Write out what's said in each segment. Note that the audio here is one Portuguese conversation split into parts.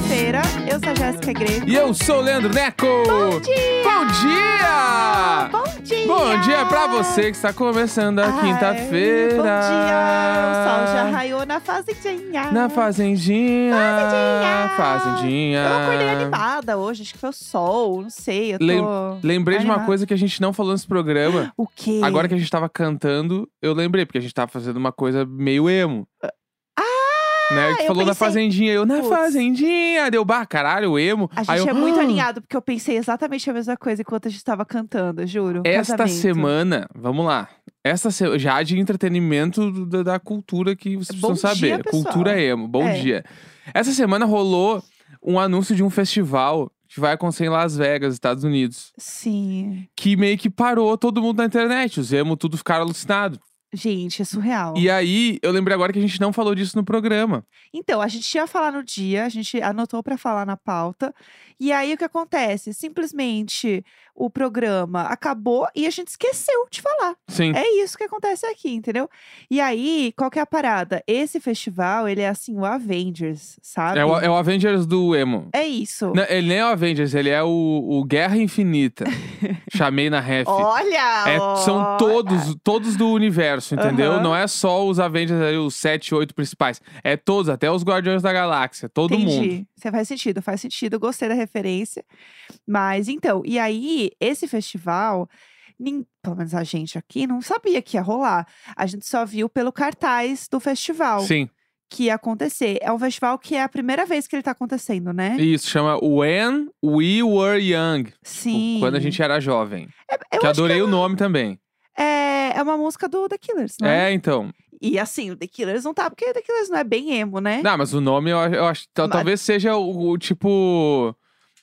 sou a Jéssica Greco. E eu sou o Leandro Neco. Bom dia! Bom dia! Bom dia! Bom dia pra você que está começando a Ai, quinta-feira. Bom dia! O sol já raiou na fazendinha. Ah. Na fazendinha. Fazendinha. Fazendinha. Eu acordei animada hoje, acho que foi o sol, não sei. Eu tô... Ah. Lem- Lembrei de uma animada. coisa que a gente não falou nesse programa. O quê? Agora que a gente tava cantando, eu lembrei, porque a gente tava fazendo uma coisa meio emo. Ah! Né, que eu falou da pensei- fazendinha. Eu, na Putz. fazendinha. Deu, bah, caralho, emo. A Aí gente eu, é muito "Ah". alinhado, porque eu pensei exatamente a mesma coisa enquanto a gente tava cantando, juro. Esta Casamento. semana, vamos lá. Esta se... já de entretenimento do- da, da cultura que vocês Bom precisam dia, saber. pessoal. Cultura emo. Bom É. dia. Essa semana rolou um anúncio de um festival que vai acontecer em Las Vegas, Estados Unidos, Sim. que meio que parou todo mundo na internet. Os emo tudo ficaram alucinados. Gente, é surreal. E aí, eu lembrei agora que a gente não falou disso no programa. Então, a gente ia falar no dia, a gente anotou pra falar na pauta. E aí o que acontece? Simplesmente o programa acabou e a gente esqueceu de falar. Sim. É isso que acontece aqui, entendeu? E aí, qual que é a parada? Esse festival, ele é assim, o Avengers, sabe? É o, é o Avengers do emo. É isso. Não, ele nem é o Avengers, ele é o, o Guerra Infinita. Chamei na ref. Olha! É, são olha! todos, todos do universo, entendeu? Aham. Não é só os Avengers ali, os 7, 8 principais. É todos, até os Guardiões da Galáxia, todo Entendi. mundo. Você faz sentido, faz sentido. Gostei da referência. Mas então, e aí, esse festival, nin- pelo menos a gente aqui, não sabia que ia rolar. A gente só viu pelo cartaz do festival Sim. que ia acontecer. É um festival que é a primeira vez que ele tá acontecendo, né? Isso chama When We Were Young. Sim. tipo, Quando a gente era jovem. É, eu que acho adorei o nome também. é, é uma música do The Killers, né? É, então. E assim, o The Killers não tá, porque o The Killers não é bem emo, né? Não, mas o nome eu, acho- eu acho. tal- Mas- Talvez seja o, o tipo.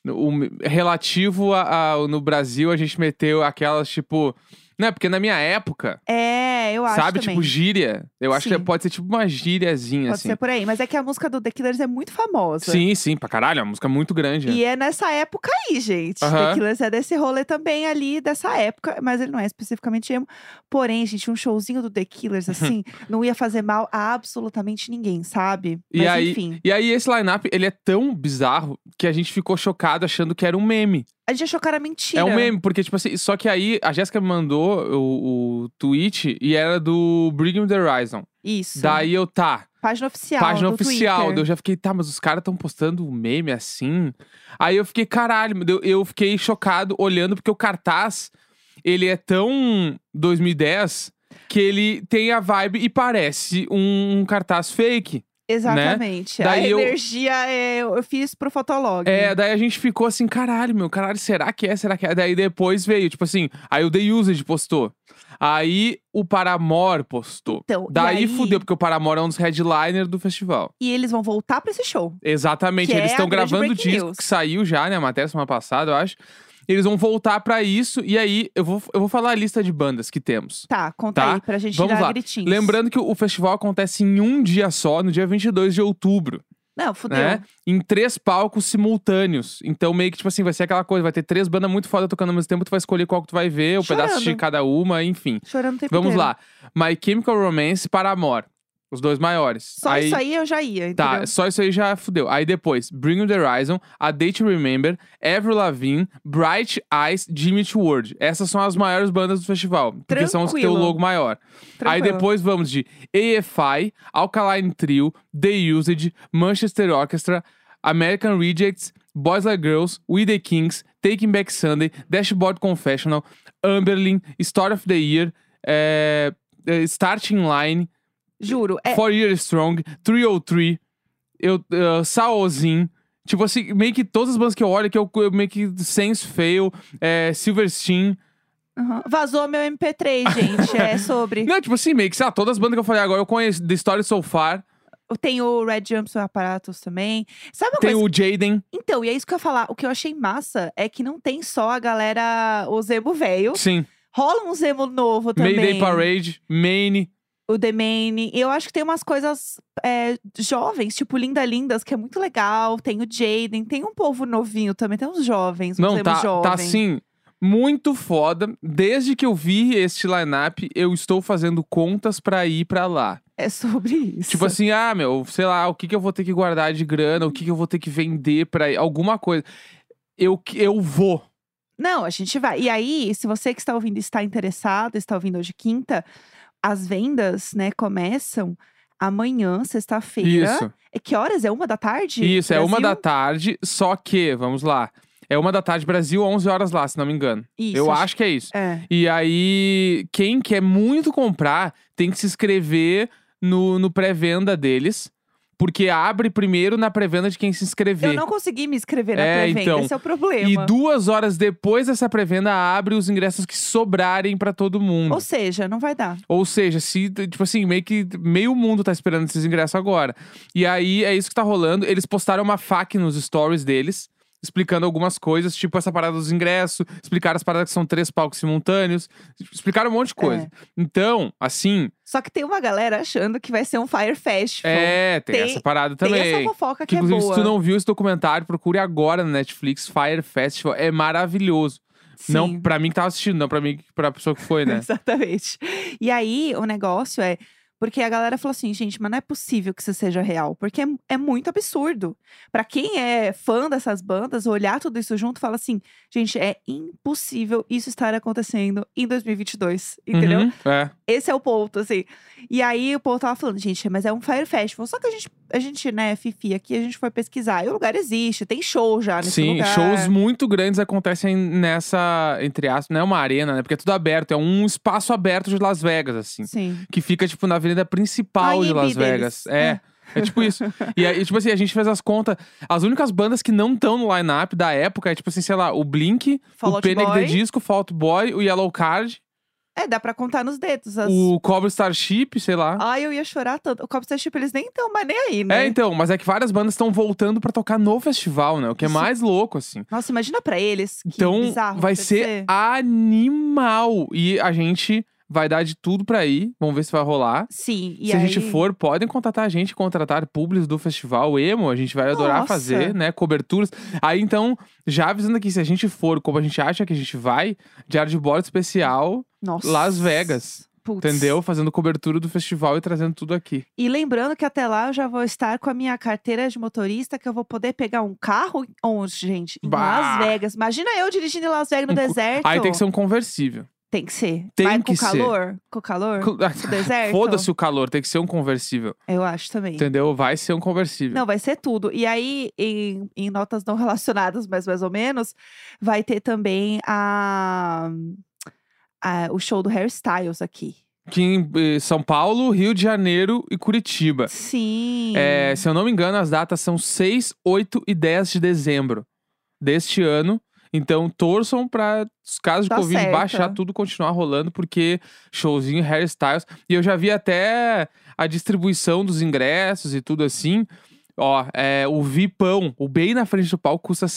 o relativo a, a- No Brasil, a gente meteu aquelas, tipo. Não, porque na minha época, É, eu acho sabe, também. tipo, gíria. Eu acho que Sim. pode ser tipo uma gíriazinha, Pode assim. ser por aí. Mas é que a música do The Killers é muito famosa. Sim, sim, pra caralho. É uma música muito grande. E é nessa época aí, gente. Aham. The Killers é desse rolê também ali, dessa época, mas ele não é especificamente emo. Porém, gente, um showzinho do The Killers, assim, não ia fazer mal a absolutamente ninguém, sabe? E Mas aí- enfim, E aí, esse line-up, ele é tão bizarro que a gente ficou chocado achando que era um meme. a gente achou que era mentira. É um meme, porque, tipo assim, só que aí a Jéssica me mandou o, o tweet e era do Brigham The Horizon. Isso. Daí eu, tá, página oficial. página do oficial. Daí Twitter. Eu já fiquei, tá, mas os caras tão postando um meme assim? Aí eu fiquei, caralho, eu, eu fiquei chocado olhando, porque o cartaz, ele é tão 2010 que ele tem a vibe e parece um cartaz fake. Exatamente. Daí a eu- energia é, eu fiz pro Fotolog. É, daí a gente ficou assim, caralho, meu, caralho, será que é? Será que é? Daí depois veio, tipo assim, aí o The Usage postou. Aí o Paramore postou. Então, e daí aí- fudeu, porque o Paramore é um dos headliners do festival. E eles vão voltar pra esse show. Exatamente, Que é eles a estão grande gravando o breaking disco news. que saiu já, né, a matéria semana passada, eu acho. Eles vão voltar pra isso, e aí eu vou, eu vou falar a lista de bandas que temos. Tá, conta Tá, aí pra gente vamos dar lá. gritinhos. Lembrando que o o festival acontece em um dia só, no dia 22 de outubro. Não, fudeu. né? Em três palcos simultâneos. Então, meio que, tipo assim, vai ser aquela coisa: vai ter três bandas muito foda tocando ao mesmo tempo, tu vai escolher qual que tu vai ver, o pedaço de Chorando. cada uma, enfim. Chorando o tempo Vamos inteiro. lá. My Chemical Romance e Paramore. Os dois maiores. Só isso aí eu já ia, entendeu? Tá, só isso aí já fudeu. Aí depois, Bring Me The Horizon, A Day To Remember, Avril Lavigne, Bright Eyes, Jimmy Eat World. Essas são as maiores bandas do festival. Porque são os que têm o Tranquilo. logo maior. Aí Tranquilo. depois vamos de AFI, Alkaline Trio, The Usage, Manchester Orchestra, American Rejects, Boys Like Girls, We The Kings, Taking Back Sunday, Dashboard Confessional, Amberlin, Story of the Year, eh, eh, Starting Line, Juro, é, Four Year Strong, 303, eu, eh, Saozin. Tipo assim, meio que todas as bandas que eu olho, que eu, eu meio que Sense Fail, eh, Silverstein. Aham. Vazou meu MP3, gente. é sobre. Não, tipo assim, meio que, sei lá, todas as bandas que eu falei agora eu conheço, The Story So Far. Tem o Red Jumps Aparatos também. Sabe uma Tem coisa? o Jaden. Então, e é isso que eu ia falar. O que eu achei massa é que não tem só a galera, o Zemo velho. Sim. Rola um Zemo novo também. Mayday Parade, Maine. O The Main. E eu acho que tem umas coisas é, jovens, tipo Linda Lindas, que é muito legal. Tem o Jaden, tem um povo novinho também. Tem uns jovens, uns Não, Zemo tá, tá jovem. assim, muito foda. Desde que eu vi este line-up, eu estou fazendo contas pra ir pra lá. é sobre isso. Tipo assim, ah, meu, sei lá, o que, que eu vou ter que guardar de grana, o que, que eu vou ter que vender pra alguma coisa. Eu, que- eu vou. Não, a gente vai. E aí, se você que está ouvindo está interessado, está ouvindo hoje quinta, as vendas, né, começam amanhã, sexta-feira. Isso. É que horas? É uma da tarde? Isso, é uma da Brasil? tarde, só que, vamos lá. É uma da tarde, Brasil, 11 horas lá, se não me engano. Isso, eu acho que é isso. É. E aí, quem quer muito comprar tem que se inscrever no, no pré-venda deles, porque abre primeiro na pré-venda de quem se inscrever. Eu não consegui me inscrever na É, pré-venda, então. esse é o e problema. duas horas depois dessa pré-venda abre os ingressos que sobrarem pra todo mundo. Ou seja, não vai dar. Ou seja, se, tipo assim, meio que meio mundo tá esperando esses ingressos agora. E aí é isso que tá rolando. Eles postaram uma FAQ nos stories deles, explicando algumas coisas, tipo essa parada dos ingressos, explicaram as paradas que são três palcos simultâneos, explicaram um monte de coisa. É. Então, assim, Só que tem uma galera achando que vai ser um Fire Festival. é, tem, tem- essa parada tem também. essa fofoca que, Que, é inclusive, boa. se tu não viu esse documentário, procure agora na Netflix, Fire Festival. É maravilhoso. Sim. Não pra mim que tava assistindo, não pra mim, pra pessoa que foi, né? Exatamente. E aí, o negócio é. Porque a galera falou assim, gente, mas não é possível que isso seja real. Porque é, é muito absurdo. Pra quem é fã dessas bandas, olhar tudo isso junto, fala assim, gente, é impossível isso estar acontecendo em 2022. Entendeu? Uhum, é. Esse é o ponto, assim. E aí o povo tava falando, gente, mas é um Fire Festival. Só que a gente, a gente né, Fifi, aqui a gente foi pesquisar. E o lugar existe, tem show já tá nesse Sim, lugar. shows muito grandes acontecem nessa, entre aspas, não é uma arena, né? Porque é tudo aberto, é um espaço aberto de Las Vegas, assim. Sim. Que fica, tipo, na avenida principal A de IMB Las deles. Vegas. É. É tipo isso. E aí, tipo assim, a gente fez as contas. As únicas bandas que não estão no line-up da época é, tipo assim, sei lá, o Blink, Fall o Out Panic Boy. The Disco, o Fall Out Boy, o Yellow Card, É, dá pra contar nos dedos. As... o Cobra Starship, sei lá. Ai, eu ia chorar tanto. O Copster Chip, eles nem estão mais nem aí, né? É, então, mas é que várias bandas estão voltando pra tocar no festival, né? O que é Isso. mais louco, assim. Nossa, imagina pra eles. Que Então bizarro vai deve ser, animal. E a gente vai dar de tudo pra ir. Vamos ver se vai rolar. Sim, e se aí... a gente for, podem contratar a gente, contratar públicos do festival Emo. A gente vai adorar Nossa. fazer, né? Coberturas. Aí então, já avisando aqui, se a gente for, como a gente acha que a gente vai, diário de bordo especial, Nossa. Las Vegas, Putz. entendeu? Fazendo cobertura do festival e trazendo tudo aqui. E lembrando que até lá eu já vou estar com a minha carteira de motorista, que eu vou poder pegar um carro onde, gente? Em Bah! Las Vegas. Imagina eu dirigindo em Las Vegas no Um cu- deserto. Aí tem que ser um conversível. Tem que ser. Tem Vai que com ser. calor? Com calor? deserto? Foda-se o calor, tem que ser um conversível. Eu acho também. Entendeu? Vai ser um conversível. Não, vai ser tudo. E aí, em, em notas não relacionadas, mas mais ou menos, vai ter também a, a- o show do Harry Styles aqui. que em eh, São Paulo, Rio de Janeiro e Curitiba. Sim. É, se eu não me engano, as datas são 6, 8 e 10 de dezembro deste ano. Então, torçam para os casos de Tá Covid certo. baixar, tudo continuar rolando, porque showzinho, hairstyles. E eu já vi até a distribuição dos ingressos e tudo assim. Ó, é, o Vipão, o bem na frente do palco, custa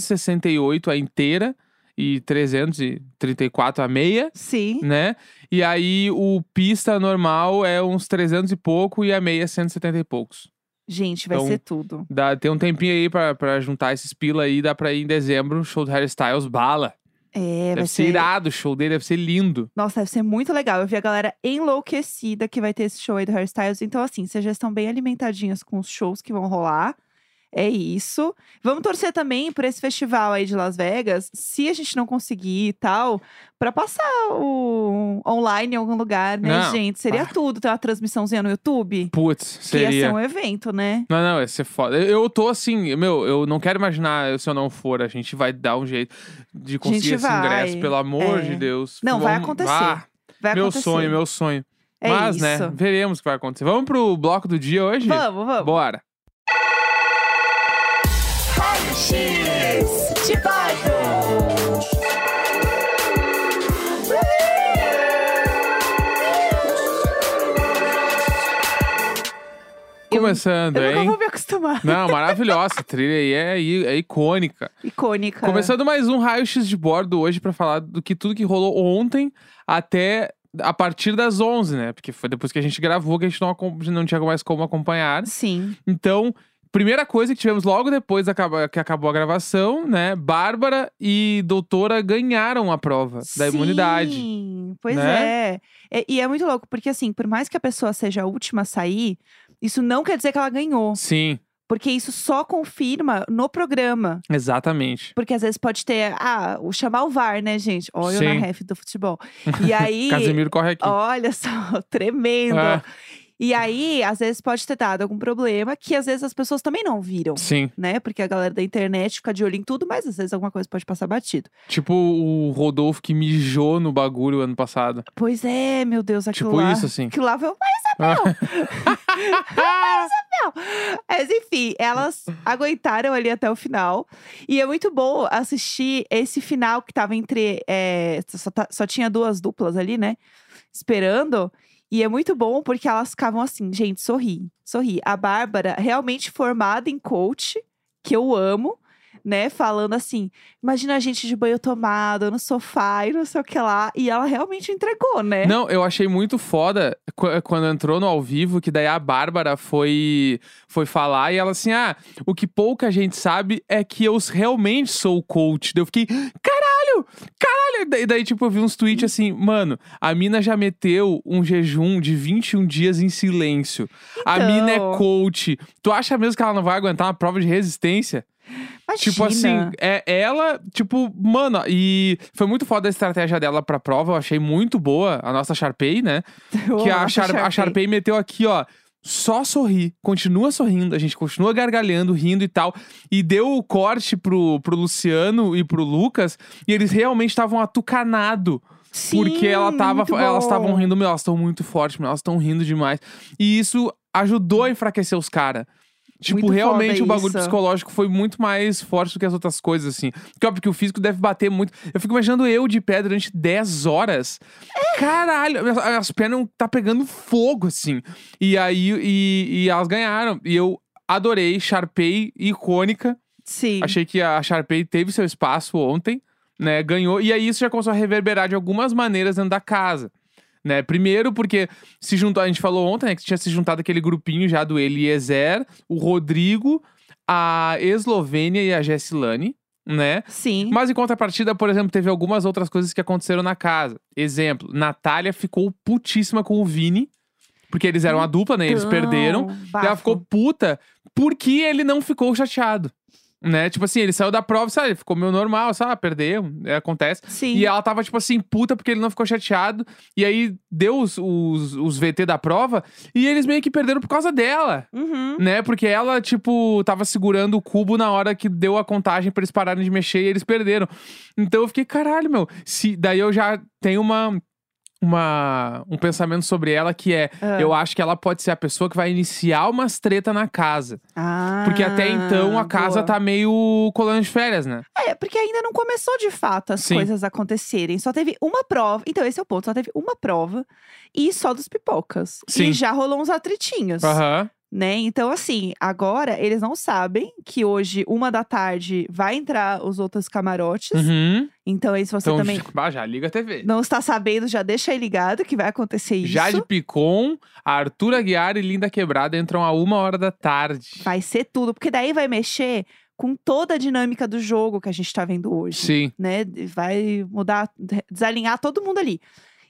668 a inteira e 334 a meia Sim. né? E aí o pista normal é uns 300 e pouco e a meia é 170 e poucos. Gente, vai Então, ser tudo. Dá, tem um tempinho aí pra, pra juntar esses pila aí, dá pra ir em dezembro, show do Harry Styles, bala. É, vai deve ser, ser. irado o show dele, deve ser lindo. Nossa, deve ser muito legal. Eu vi a galera enlouquecida que vai ter esse show aí do Harry Styles. Então, assim, vocês já estão bem alimentadinhas com os shows que vão rolar. É isso. Vamos torcer também por esse festival aí de Las Vegas, se a gente não conseguir e tal, pra passar o um online em algum lugar, né, Não, gente? Seria ah. tudo ter uma transmissãozinha no YouTube. Putz, Que ia seria. ser um evento, né? Não, não, ia ser foda. Eu eu tô assim, meu, eu não quero imaginar se eu não for, a gente vai dar um jeito de conseguir esse vai, ingresso, pelo amor é. de Deus. Não, vai Vamos- acontecer, Ah, Vai meu acontecer. sonho, meu sonho. É Mas, isso. né, veremos o que vai acontecer. Vamos pro bloco do dia hoje? Vamos, vamos. Bora. Começando, Eu nunca hein? vou me acostumar. Não, maravilhosa. A trilha aí é, i- é icônica. Icônica. Começando mais um raio-x de bordo hoje pra falar do que tudo que rolou ontem até a partir das 11, né? Porque foi depois que a gente gravou que a gente não, acom- não tinha mais como acompanhar. Sim. Então, Primeira coisa que tivemos logo depois da acaba- que acabou a gravação, né? Bárbara e Doutora ganharam a prova da imunidade. Sim, pois né? é. E- E é muito louco, porque assim, por mais que a pessoa seja a última a sair, isso não quer dizer que ela ganhou. Sim, Porque isso só confirma no programa. exatamente. Porque às vezes pode ter, ah, o chamar o VAR, né, gente? Olha o Sim. na ref do futebol. E aí. Casemiro corre aqui. Olha só, tremendo. É. E aí, às vezes pode ter dado algum problema que às vezes as pessoas também não viram, Sim. né? Porque a galera da internet fica de olho em tudo, mas às vezes alguma coisa pode passar batido. Tipo o Rodolfo que mijou no bagulho ano passado. Pois é, meu Deus, aquilo Tipo lá. isso, assim. Aquilo lá foi o mais Ah, Isabel! Isabel! Mas enfim, elas aguentaram ali até o final. E é muito bom assistir esse final que tava entre. é, só, tá- só tinha duas duplas ali, né? Esperando. E é muito bom porque elas ficavam assim, gente, sorri, sorri. A Bárbara, realmente formada em coach, que eu amo, né? Falando assim, imagina a gente de banho tomado, no sofá e não sei o que lá. E ela realmente entregou, né? Não, eu achei muito foda qu- quando entrou no ao vivo, que daí a Bárbara foi, foi falar e ela assim: ah, o que pouca gente sabe é que eu realmente sou o coach. Daí Eu fiquei, caralho! Caralho! E daí- daí, tipo, eu vi uns tweets assim, mano, a mina já meteu um jejum de 21 dias em silêncio. A Então. mina é coach. Tu acha mesmo que ela não vai aguentar uma prova de resistência? Tipo Imagina. assim, é, ela, tipo, mano, e foi muito foda a estratégia dela pra prova, eu achei muito boa a nossa Sharpay, né? Eu que amo a, essa Shar a Sharpay meteu aqui, ó. Só sorri, continua sorrindo, a gente continua gargalhando, rindo e tal. E deu o corte pro, pro Luciano e pro Lucas, e eles realmente estavam atucanado. Sim, Porque ela tava, muito elas bom. estavam rindo, meu, elas estão muito fortes, meu, elas estão rindo demais. E isso ajudou a enfraquecer os caras. Tipo, Muito foda realmente o bagulho isso. psicológico foi muito mais forte do que as outras coisas, assim. Porque, óbvio, que o físico deve bater muito. Eu fico imaginando eu de pé durante 10 horas. Caralho, minhas, as pernas tá pegando fogo, assim. E aí, e, e elas ganharam. E eu adorei, Sharpay, icônica. Sim. Achei que a Sharpay teve seu espaço ontem, né? Ganhou. E aí isso já começou a reverberar de algumas maneiras dentro da casa. Né? Primeiro, porque se juntou, a gente falou ontem, né, que tinha se juntado aquele grupinho já do Eliezer, o Rodrigo, a Eslovênia e a Gessilane, né? Sim. Mas em contrapartida, por exemplo, teve algumas outras coisas que aconteceram na casa. Exemplo, Natália ficou putíssima com o Vini, porque eles eram a dupla, né? Eles Então, perderam. E Ela bafo. ficou puta porque ele não ficou chateado. Né? Tipo assim, ele saiu da prova, sabe? Ele ficou meio normal, sabe? Perdeu, é, acontece. Sim. E ela tava, tipo assim, puta porque ele não ficou chateado. E aí deu os, os, os VT da prova e eles meio que perderam por causa dela. Uhum. Né? Porque ela, tipo, tava segurando o cubo na hora que deu a contagem pra eles pararem de mexer e eles perderam. Então eu fiquei, caralho, meu. Se... Daí eu já tenho uma. Uma, um pensamento sobre ela que é: Ah. eu acho que ela pode ser a pessoa que vai iniciar umas treta na casa. Ah, Porque até então a casa boa. tá meio colando de férias, né? É, porque ainda não começou de fato as Sim. coisas acontecerem. Só teve uma prova. Então, esse é o ponto. Só teve uma prova e só dos pipocas. Sim. E já rolou uns atritinhos. Aham. Né? Então, assim, agora eles não sabem que hoje, uma da tarde, vai entrar os outros camarotes. Uhum. Então, aí, se você Então, também ah, já liga a TV. não está sabendo, já deixa aí ligado que vai acontecer isso. Jade Picon, Arthur Aguiar e Linda Quebrada entram a uma hora da tarde. Vai ser tudo, porque daí vai mexer com toda a dinâmica do jogo que a gente tá vendo hoje, Sim. né? Vai mudar, desalinhar todo mundo ali.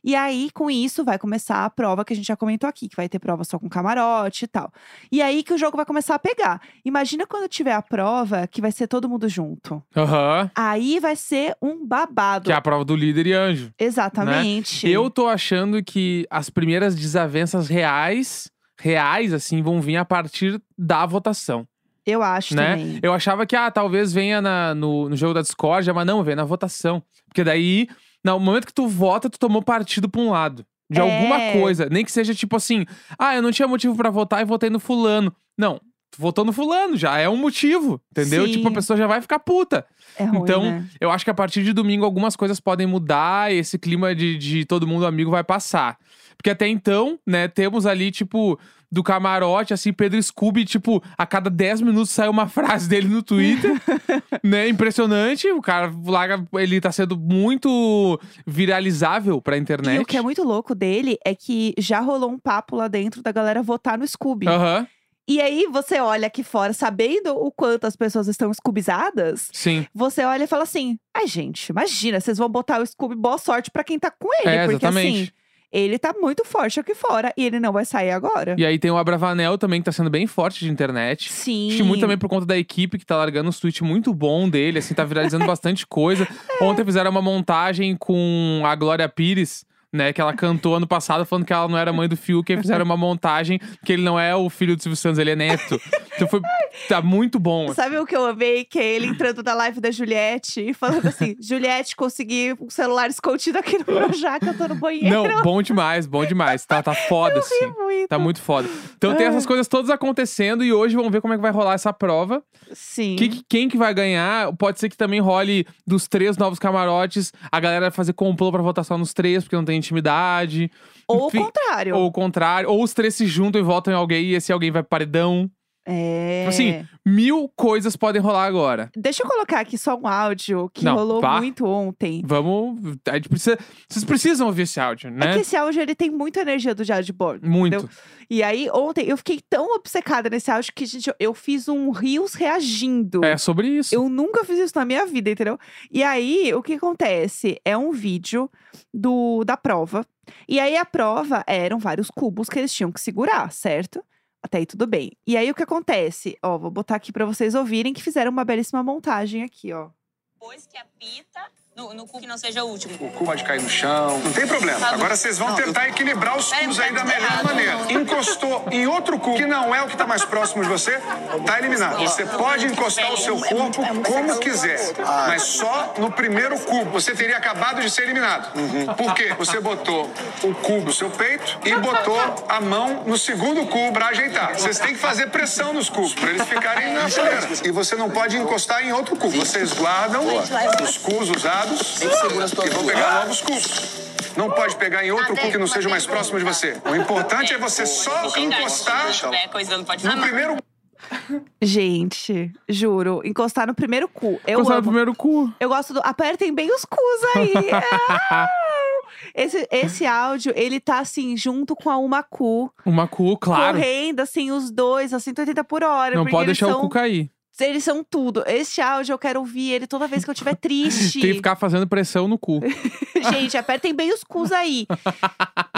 E aí, com isso, vai começar a prova que a gente já comentou aqui, que vai ter prova só com camarote e tal. E aí que o jogo vai começar a pegar. Imagina quando tiver a prova que vai ser todo mundo junto. Aham. Aí vai ser um babado. Que é a prova do líder e anjo. Exatamente. Eu tô achando que as primeiras desavenças reais, reais, assim, vão vir a partir da votação. Eu acho né? também. Eu achava que, ah, talvez venha na- no, no jogo da discórdia, mas não, vem na votação. Porque daí, no momento que tu vota, tu tomou partido pra um lado. De É. alguma coisa. Nem que seja tipo assim, ah, eu não tinha motivo pra votar e votei no fulano. Não, tu votou no fulano, já é um motivo. Entendeu? Sim. Tipo, a pessoa já vai ficar puta. É ruim, então, né? Eu acho que a partir de domingo algumas coisas podem mudar, esse clima de, de todo mundo amigo vai passar. Porque até então, né, temos ali, tipo, do camarote, assim, Pedro Scooby, tipo, a cada 10 minutos sai uma frase dele no Twitter. né, impressionante. O cara larga, ele tá sendo muito viralizável pra internet. E é o que é muito louco dele é que já rolou um papo lá dentro da galera votar no Scooby. Aham, E aí você olha aqui fora, sabendo o quanto as pessoas estão escubizadas, Sim. você olha e fala assim: ai, gente, imagina, vocês vão botar o Scooby boa sorte pra quem tá com ele. é, porque exatamente. assim, ele tá muito forte aqui fora e ele não vai sair agora. E aí tem o Abravanel também, que tá sendo bem forte de internet. Sim. Acho que muito também por conta da equipe que tá largando um tweet muito bom dele, assim, tá viralizando bastante coisa. Ontem fizeram uma montagem com a Glória Pires, né, que ela cantou ano passado falando que ela não era mãe do Fiuk, e aí fizeram uma montagem que ele não é o filho do Silvio Santos, ele é neto. Então foi. Tá muito bom. Sabe o que eu amei? Que é ele entrando na live da Juliette e falando assim: Juliette, consegui um celular escondido aqui no meu jaca, eu tô no banheiro. Não, bom demais, bom demais. Tá, tá foda, assim. muito. Tá muito foda. Então tem essas coisas todas acontecendo e hoje vamos ver como é que vai rolar essa prova. Sim. Que- que- quem que vai ganhar? Pode ser que também role dos três novos camarotes, a galera vai fazer complô pra votar só nos três, porque não tem intimidade. Ou enfim, o contrário. Ou o contrário. Ou os três se juntam e votam em alguém e esse alguém vai pro paredão. É. Tipo assim, mil coisas podem rolar agora. Deixa eu colocar aqui só um áudio que Não, rolou pá. muito ontem. Vamos. A gente precisa. Vocês precisam ouvir esse áudio, É que né? esse áudio ele tem muita energia do Jared Borg. Muito. entendeu? E aí, ontem eu fiquei tão obcecada nesse áudio que, gente, eu- eu fiz um Rios reagindo. É sobre isso. Eu nunca fiz isso na minha vida, entendeu? E aí, o que acontece? É um vídeo do da prova. E aí, a prova eram vários cubos que eles tinham que segurar, certo? Até aí, tudo bem. E aí, o que acontece? Ó, vou botar aqui pra vocês ouvirem que fizeram uma belíssima montagem aqui, ó. Depois que apita, no, no cu que não seja o último. O cu pode cair no chão. Não tem problema. Tá bom. Agora vocês vão Não, tentar equilibrar os Peraí, cubos não tá aí da tudo melhor errado, maneira. não. Encostou em outro cu, que não é o que tá mais próximo de você, tá eliminado. Você pode encostar o seu É, corpo como quiser, mas só no primeiro cubo. Você teria acabado de ser eliminado. Por quê? Você botou o cubo no seu peito e botou a mão no segundo cubo pra ajeitar. Vocês têm que fazer pressão nos cubos pra eles ficarem na fileira. E você não pode encostar em outro cubo. Vocês guardam os cubos usados e vão pegar novos cubos. Não pode pegar em outro cu que não seja o mais próximo de você. O importante é você só encostar É, coisa não pode no amar. primeiro Gente, juro, encostar no primeiro cu. Eu Começar no amo. primeiro cu. Eu gosto do. Apertem bem os cus aí. Ah! esse, esse áudio, ele tá assim, junto com a uma cu. Uma cu, claro. correndo, assim, os dois, a 180 por hora. Não porque pode eles deixar são, o cu cair. Eles são tudo. Este áudio eu quero ouvir ele toda vez que eu estiver triste. Tem que ficar fazendo pressão no cu. Gente, apertem bem os cus aí.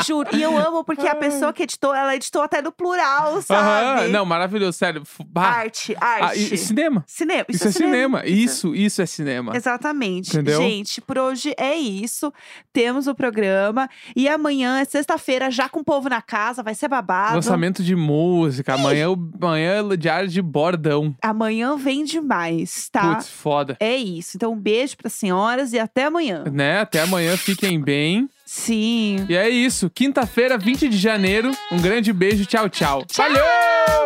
Juro. E eu amo, porque a pessoa que editou, ela editou até no plural, sabe? Aham. Não, maravilhoso, sério. F- bah. Arte, Ah, arte. e- cinema. Cinema. Isso, é cinema. Isso, isso é cinema. Exatamente. Entendeu? Gente, por hoje é isso. Temos o programa. E amanhã, é sexta-feira, já com o povo na casa, vai ser babado. Lançamento de música. Amanhã, o- amanhã é diário de bordão. Amanhã vem demais, tá? Putz, foda. É isso. Então, um beijo para senhoras e até amanhã. Né? Até amanhã, fiquem bem. Sim. E é isso. Quinta-feira, 20 de janeiro. Um grande beijo. Tchau, tchau. Valeu!